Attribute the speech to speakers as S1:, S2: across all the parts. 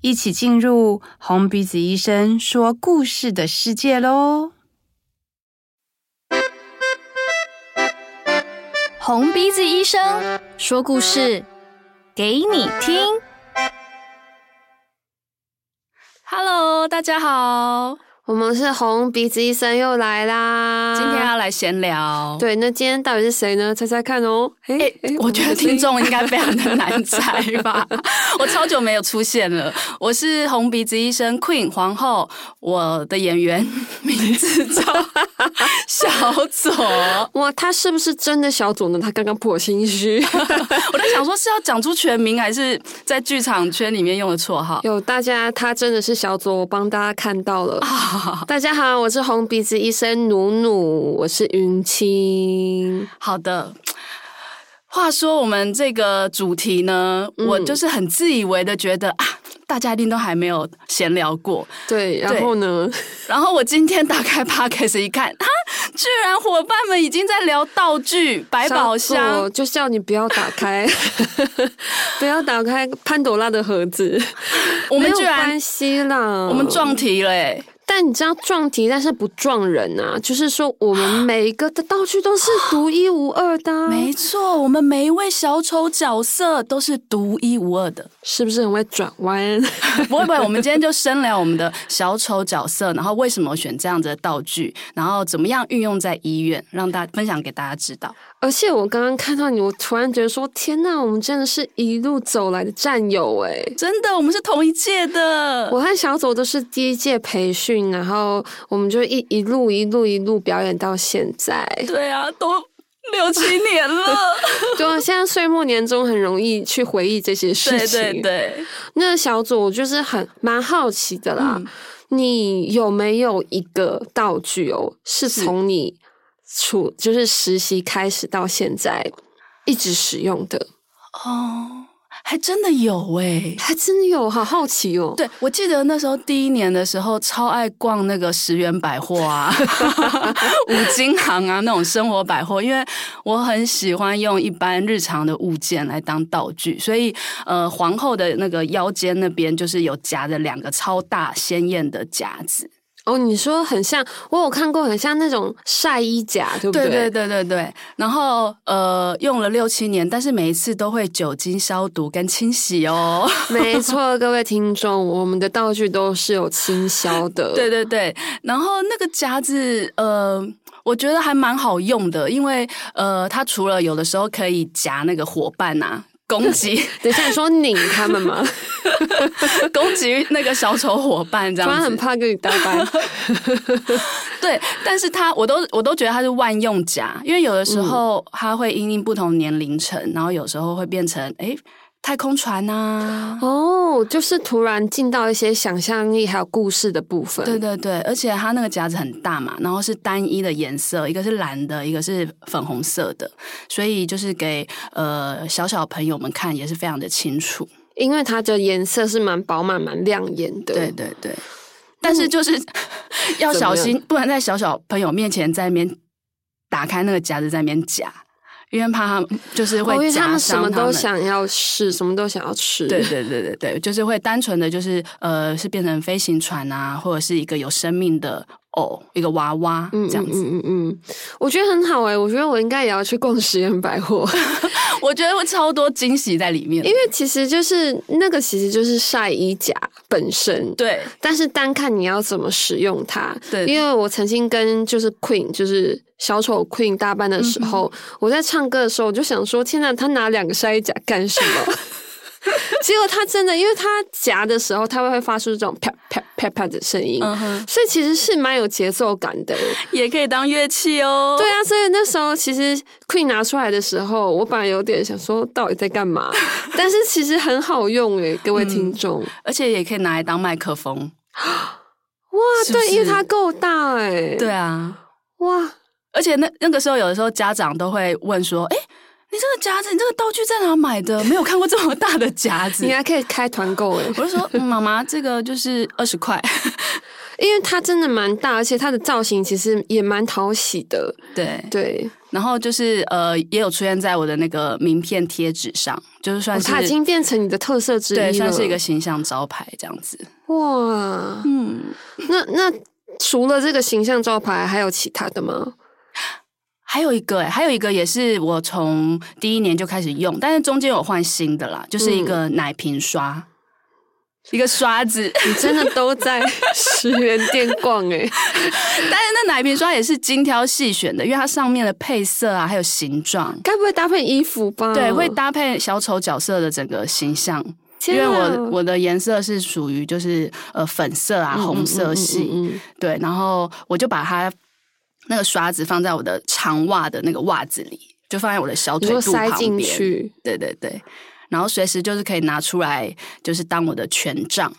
S1: 一起进入红鼻子医生说故事的世界喽！
S2: 红鼻子医生说故事给你听。Hello，大家好，
S3: 我们是红鼻子医生又来啦！
S2: 今天要来闲聊。
S3: 对，那今天到底是谁呢？猜猜看哦。哎、
S2: 诶，
S3: 诶
S2: 我觉得
S3: 们的声音
S2: 听众应该非常的难猜吧？我超久没有出现了，我是红鼻子医生 Queen 皇后，我的演员名字叫小左。
S3: 哇，他是不是真的小左呢？他刚刚颇心 虚。
S2: 我在想说是要讲出全名，还是在剧场圈里面用的绰号？
S3: 有大家，他真的是小左，我帮大家看到 了。大家好，我是红鼻子医生努努，我是云青。
S2: 好的。话说，我们这个主题呢，我就是很自以为的觉得啊，大家一定都还没有闲聊过。
S3: 对，然后呢？
S2: 然后我今天打开 podcast 一看，哈，居然伙伴们已经在聊道具、百宝
S3: 小
S2: 箱
S3: 左，就叫你不要打 开，不要打开潘朵拉的盒子。
S2: 我们
S3: 没
S2: 居
S3: 有关
S2: 然
S3: 系啦，
S2: 我们撞题了哎、
S3: 但你知道撞题，但是不撞人啊，就是说我们每一个的道具都是独一无二的、啊，
S2: 没错，我们每一位小丑角色都是独一无二的。
S3: 是不是很会转弯？
S2: 不会不会，我们今天就深聊我们的小丑角色，然后为什么选这样子的道具，然后怎么样运用在医院，让大分享给大家知道。
S3: 而且我刚刚看到你，我突然觉得说，天呐，我们真的是一路走来的战友哎、
S2: 真的，我们是同一届的。
S3: 我和小左都是第一届培训，然后我们就一一路一路一路表演到现在。
S2: 对啊，都六七年了。
S3: 对啊，现在岁末年终很容易去回忆这些事
S2: 对
S3: 情。
S2: 对对，
S3: 那小左，我就是很蛮好奇的啦，你有没有一个道具哦，是从你处就是实习开始到现在一直使用的？
S2: 哦，还真的有哎、
S3: 还真的有，好好奇哦。
S2: 对，我记得那时候第一年的时候，超爱逛那个十元百货啊、 五金行啊那种生活百货，因为我很喜欢用一般日常的物件来当道具，所以呃，皇后的那个腰间那边就是有夹着两个超大鲜艳的夹子。
S3: 哦，你说很像，我有看过，很像那种晒衣夹，对不
S2: 对
S3: 对？
S2: 对对对对，然后呃，用了六七年，但是每一次都会酒精消毒跟清洗哦。
S3: 没错，各位听众，我们的道具都是有清销 的。
S2: 对对对，然后那个夹子，呃，我觉得还蛮好用的，因为呃，它除了有的时候可以夹那个伙伴啊。攻 击
S3: 等一下，你说拧他们 吗？
S2: 攻击那个小丑伙伴这
S3: 突然
S2: 样
S3: 很
S2: 子，
S3: 怕跟你搭 班。
S2: 对，但是它我都我都觉得它是万用夹，因为有的时
S3: 嗯
S2: 候它会因应不同年龄层，然后有时候会变成哎、诶太空船啊，
S3: 哦，就是突然进到一些想象力还有故事的部分。
S2: 对对对，而且它那个夹子很大嘛，然后是单一的颜色，一个是蓝的，一个是粉红色的，所以就是给呃小小朋友们看也是非常的清楚。
S3: 因为它的颜色是蛮饱满、蛮亮眼的。
S2: 对，对对，但 是就是要
S3: 怎么
S2: 小
S3: 样
S2: 心，不能在小小朋友面前在那边打开那个夹子在那边夹，因为怕他们就是
S3: 哦、因
S2: 会
S3: 为他
S2: 夹
S3: 们什
S2: 伤
S3: 么
S2: 他
S3: 都
S2: 们。
S3: 想要试，什么都想要吃。
S2: 对对对对对，就是会单纯的就是呃，是变成飞行船啊，或者是一个有生命的偶，一个娃娃
S3: 嗯，
S2: 这样子。
S3: 嗯嗯嗯嗯，我觉得很好哎、我觉得我应该也要去逛实验百 货，
S2: 我觉得会超多惊喜在里面
S3: 因。为其实就是那个，其实就是晒衣夹本身。
S2: 对，
S3: 但是单看你要怎么使用它。
S2: 对
S3: 因为我曾经跟就是 Queen，就是小丑 Queen 搭班的时
S2: 嗯
S3: 候，我在唱歌的时候，我就想说，天呐，他拿两个筛夹干什 么？结果他真的，因为他夹的时候，他会发出这种啪啪啪啪的声音，
S2: 嗯哦哼，
S3: 所以其实是蛮有节奏感的。
S2: 也可以当乐器哦。
S3: 对啊，所以那时候其实 Queen 拿出来的时候，我本来有点想说到底在干 嘛，但欸
S2: 嗯
S3: 是其实很好用诶，各位听众。
S2: 而且也可以拿来当麦克风。是不
S3: 对，因为
S2: 是
S3: 它够大哎、
S2: 对，啊，
S3: 哇，
S2: 而且那那个时候，有的时候家长都会问说：“哎、你这个夹子，你这个道具在哪买 的？没有看过这么大的夹子
S3: 你。还可以开团购哎”，
S2: 我就 说：“嗯妈妈，这个就是二十块。
S3: 因为它真的蛮大，而且它的造型其实也蛮讨喜的。”
S2: 对，
S3: 对，
S2: 然后就是呃，也有出现在我的那个名片贴纸上，就是算
S3: 哦
S2: 是、
S3: 它已经变成你的特色之一了，
S2: 对，算是一个形象招牌这样子。
S3: 哇。
S2: 嗯，
S3: 那那除了这个形象招牌，还有其他的吗？
S2: 还有一个、欸，还有一个也是我从第一年就开始用，但是中间有换新的啦，就是一
S3: 嗯
S2: 个奶瓶刷，一个刷子。
S3: 你真的都在十元店逛哎、
S2: 但是那奶瓶刷也是精挑细选的，因为它上面的配色啊，还有形状，
S3: 该不会搭配衣服吧？
S2: 对，会。搭配小丑角色的整个形象。因
S3: 天
S2: 为
S3: 啊
S2: 我我的颜色是属于就是呃粉色啊红色系，
S3: 嗯嗯嗯嗯嗯
S2: 对，然后我就把它那个刷子放在我的长袜的那个袜子里，就放在我的小
S3: 你
S2: 腿
S3: 说
S2: 肚
S3: 塞
S2: 旁
S3: 进
S2: 边，
S3: 去，
S2: 对对对，然后随时就是可以拿出来，就是当我的权杖。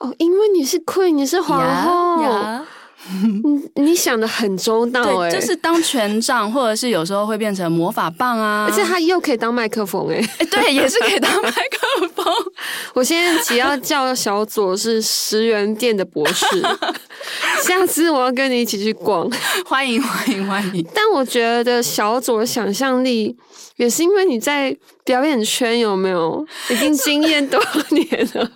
S3: 哦，因为你是 queen，你是
S2: 哦
S3: 皇后
S2: Yeah，yeah
S3: 你你想的很周到哎、
S2: 对，就是当权杖，或者是有时候会变成魔法棒啊，
S3: 而且它又可以当麦克风哎、
S2: 哎对，也是可以当麦克风。
S3: 我现在只要叫小左是十元店的博 士，下次我要跟你一起去逛。
S2: 欢迎欢迎欢迎！
S3: 但我觉得小左的想象力也是因为你在表演圈有没有已经经验多年 了。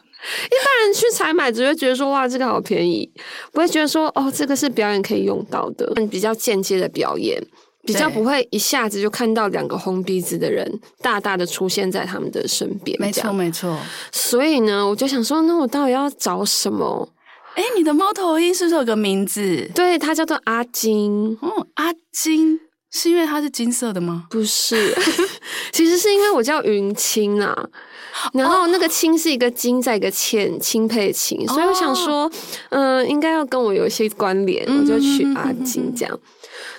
S3: 一般人去采买只会觉得说哇这个好便宜，不会觉得说哦这个是表演可以用到的，嗯比较间接的表演，比较
S2: 对
S3: 不会一下子就看到两个红鼻子的人大大的出现在他们的身边。
S2: 没
S3: 这
S2: 错
S3: 样，
S2: 没错。
S3: 所以呢我就想说，那我到底要找什么？
S2: 哎，你的猫头鹰是不是有个名字？
S3: 对，它叫做阿金。
S2: 哦，阿金，是因为它是金色的吗？
S3: 不是， 其实是因为我叫云清啊，然后那个钦是一个金，在一个欠钦佩钦，所以我想说，嗯、应该要跟我有一些关联，我就取阿金这样。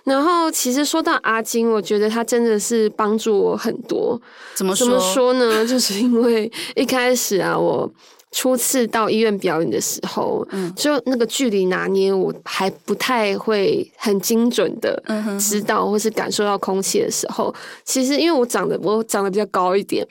S3: 然后其实说到阿金，我觉得他真的是帮助我很多。
S2: 怎么
S3: 怎
S2: 说？
S3: 么说呢？ 就是因为一开始啊，我。初次到医院表演的时候，
S2: 嗯
S3: 就那个距离拿捏，我还不太会很精准的
S2: 嗯哼，
S3: 知道或是感受到空气的时候，其实因为我长得我长得比较高一 点，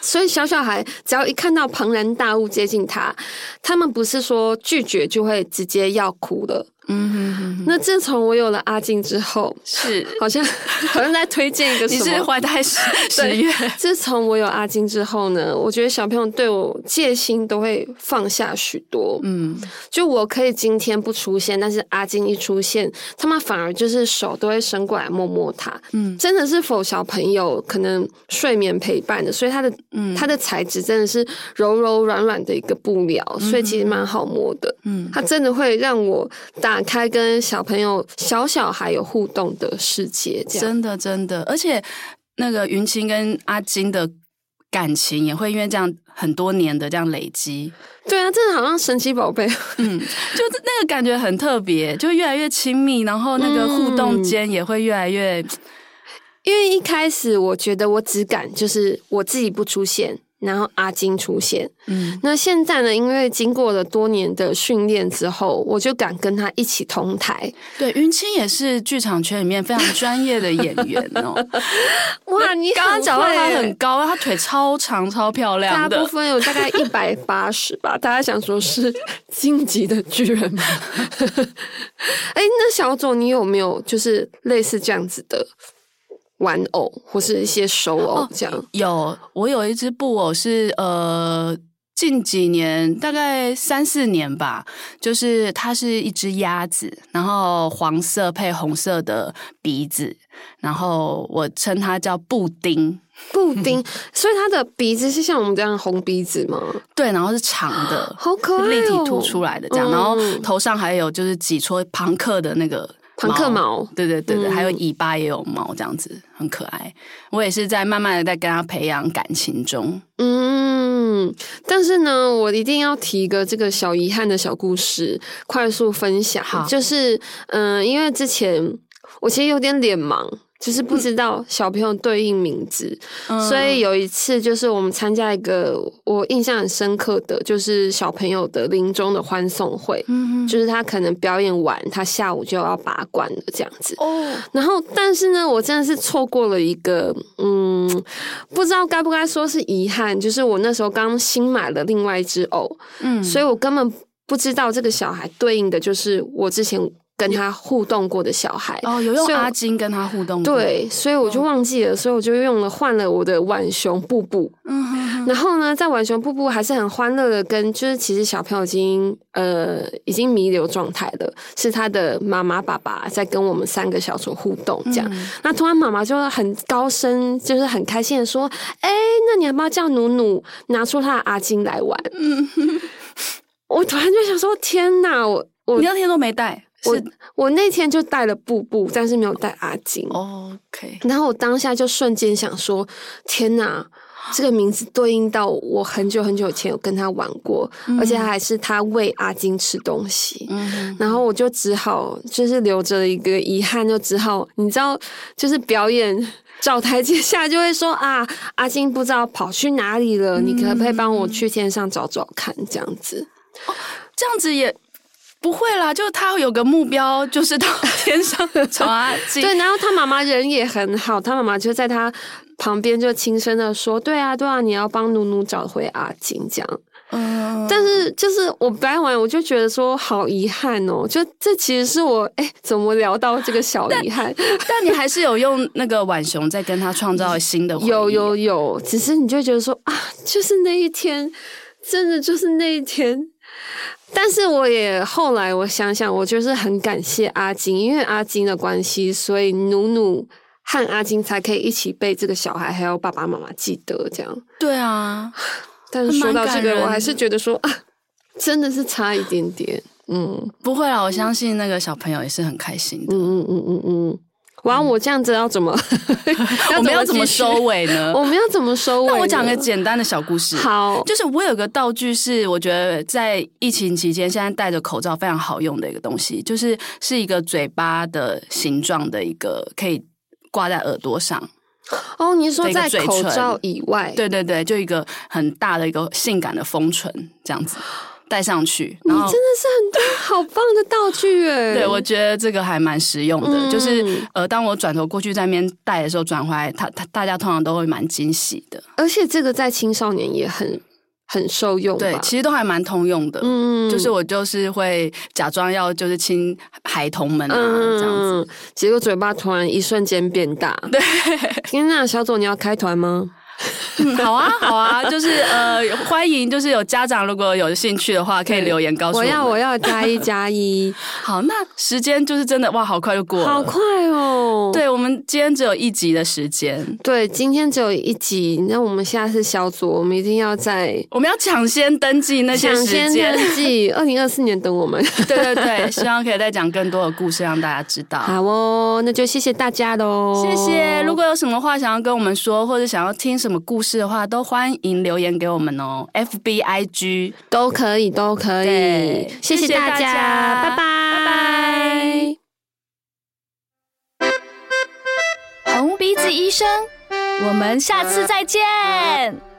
S3: 所以小小孩只要一看到庞然大物接近他，他们不是说拒绝就会直接要哭了。
S2: 嗯哼哼哼，
S3: 那自从我有了阿静之后，
S2: 是
S3: 好像 好像在推荐一个
S2: 你
S3: 什
S2: 是
S3: 么。
S2: 怀胎十十月，
S3: 自从我有阿金之后呢，我觉得小朋友对我戒心都会放下许多。
S2: 嗯，
S3: 就我可以今天不出现，但是阿金一出现，他们反而就是手都会伸过来摸摸他。
S2: 嗯
S3: 真的是否小朋友可能睡眠陪伴的，所以他的
S2: 嗯
S3: 他的材质真的是柔柔软软的一个布料，所以其实蛮好摸的。
S2: 嗯，
S3: 它真的会让我打开跟小朋友、小小孩有互动的世界，这样。
S2: 真的真的，而且那个云清跟阿金的感情也会因为这样很多年的这样累积，
S3: 对啊，真的好像神奇宝 贝。
S2: 嗯，就是那个感觉很特别，就越来越亲密，然后那个互
S3: 嗯
S2: 动间也会越来越，
S3: 因为一开始我觉得我只敢就是我自己不出现，然后阿金出现。
S2: 嗯
S3: 那现在呢，因为经过了多年的训练之后，我就敢跟他一起同台。
S2: 对，云清也是剧场圈里面非常专业的演员 哦。
S3: 哇，你
S2: 刚刚讲到
S3: 他
S2: 她很高，她腿超长、超漂
S3: 大
S2: 亮
S3: 部
S2: 的，
S3: 分有大概一百八十吧，大家想说 是晋级的巨人吗？ 哎、那小总，你有没有就是类似这样子的玩偶或是一些手偶这样？
S2: 有，我有一只布偶是呃，近几年大概三四年吧，就是它是一只鸭子，然后黄色配红色的鼻子，然后我称它叫布丁，
S3: 布丁， 所以他的鼻子是像我们这样红鼻子吗？。
S2: 对，然后是长 的
S3: 好可爱、哦，
S2: 立体凸出来的这样，
S3: 嗯
S2: 然后头上还有就是几撮庞克的那个
S3: 朋克毛。
S2: 对对对对，
S3: 嗯
S2: 还有尾巴也有毛，这样子很可爱。我也是在慢慢的在跟他培养感情中。
S3: 嗯，但是呢，我一定要提一个这个小遗憾的小故事，快速分享呃
S2: 好。
S3: 就是，嗯、因为之前我其实有点脸盲，只是不知道小朋友对应名字，
S2: 嗯
S3: 所以有一次就是我们参加一个我印象很深刻的，就是小朋友的临终的欢送会，
S2: 嗯
S3: 就是他可能表演完，他下午就要拔罐了这样子。
S2: 哦，
S3: 然后，但是呢，我真的是错过了一个，嗯，不知道该不该说是遗憾，就是我那时候刚新买了另外一只偶，
S2: 嗯
S3: 所以我根本不知道这个小孩对应的就是我之前跟他互动过的小孩。
S2: 哦，有用
S3: 所以我
S2: 阿金跟他互动过，
S3: 对，所以我
S2: 哦
S3: 就忘记了，所以我就用了换了我的浣熊布布。
S2: 嗯哼哼，
S3: 然后呢，在浣熊瀑布还是很欢乐的跟，就是其实小朋友已经呃已经弥留状态了，是他的妈妈爸爸在跟我们三个小丑互动这样。
S2: 嗯
S3: 那突然妈妈就很高声，就是很开心的说：“哎、那你要不要叫努努拿出他的阿金来玩？”
S2: 嗯
S3: 我突然就想说：“天哪！我我
S2: 你那天都没带，
S3: 我
S2: 是
S3: 我那天就带了布布，但是没有带阿金。
S2: 哦 OK，
S3: 然后我当下就瞬间想说：“天哪！”这个名字对应到我很久很久以前有跟他玩过，而且还是他喂阿金吃东西。
S2: 嗯哼，
S3: 然后我就只好就是留着一个遗憾，就只好你知道，就是表演找台阶下就会说啊，阿金不知道跑去哪里了，你可不可以帮我去天上找找看？这样子，
S2: 这样子也。不会啦，就他有个目标，就是到天上找阿 金。
S3: 对。然后他妈妈人也很好，他妈妈就在他旁边就轻声的说：“对啊，对啊，你要帮努努找回阿金这样。”
S2: 嗯，
S3: 但是就是我白完，我就觉得说好遗憾哦，就这其实是我哎、怎么聊到这个小遗憾？
S2: 但你还是有用那个浣熊在跟他创造新的回忆
S3: 有有有，只是你就觉得说啊，就是那一天，真的就是那一天。但是我也后来我想想，我就是很感谢阿金，因为阿金的关系，所以努努和阿金才可以一起被这个小孩还有爸爸妈妈记得这样。
S2: 对啊，
S3: 但是说到这
S2: 蛮感
S3: 个，我
S2: 人
S3: 还是觉得说啊，真的是差一点点，嗯。
S2: 不会啦，我相信那个小朋友也是很开心的。
S3: 嗯嗯嗯嗯嗯，哇，我这样子要怎么？
S2: 我们要怎么
S3: 继续
S2: 收？尾 呢？
S3: 我们要怎么收尾呢？
S2: 那我讲个简单的小故事。
S3: 好，
S2: 就是我有个道具是我觉得在疫情期间现在戴着口罩非常好用的一个东西，就是是一个嘴巴的形状的一个可以挂在耳朵上。
S3: 哦，你说
S2: 这个
S3: 在
S2: 嘴
S3: 口
S2: 唇
S3: 罩以外，，
S2: 对对对，就一个很大的一个性感的封唇这样子戴上去，
S3: 你
S2: 然
S3: 真的
S2: 后。
S3: 是很多 好棒的道具哎。
S2: 对，我觉得这个还蛮实用的，
S3: 嗯
S2: 就是呃，当我转头过去在那边戴的时候，转回来，他他大家通常都会蛮惊喜的，
S3: 而且这个在青少年也很很受用吧，
S2: 对，其实都还蛮通用的，
S3: 嗯
S2: 就是我就是会假装要就是亲孩童们啊、这样子，
S3: 嗯，结果嘴巴突然一瞬间变大，对，天呐，小左你要开团吗？
S2: 嗯，好啊，好啊，就是呃，欢迎，就是有家长如果有兴趣的话，可以留言告诉
S3: 我
S2: 们
S3: 要我要加一加一，
S2: 好，那时间就是真的哇，好快就 过了，
S3: 好快哦，。
S2: 对我们今天只有一集的时间，
S3: 对，今天只有一集，那我们下次小组，我们一定要在
S2: 我们要抢先登记那些
S3: 抢
S2: 时
S3: 先
S2: 间。
S3: 登记，二零二四年等我们。
S2: 对对对，希望可以再讲更多的故事让大家知道。
S3: 好哦，那就谢谢大家喽，
S2: 谢谢。如果有什么话想要跟我们说，或者想要听什么故事的话，都欢迎留言给我们哦。F B I G。
S3: 都可以，都可以
S2: 对，
S3: 谢
S2: 谢谢
S3: 大
S2: 大
S3: 家，
S2: 家
S3: 拜拜，
S2: 拜拜。
S4: 红鼻子医生，我们下次再见。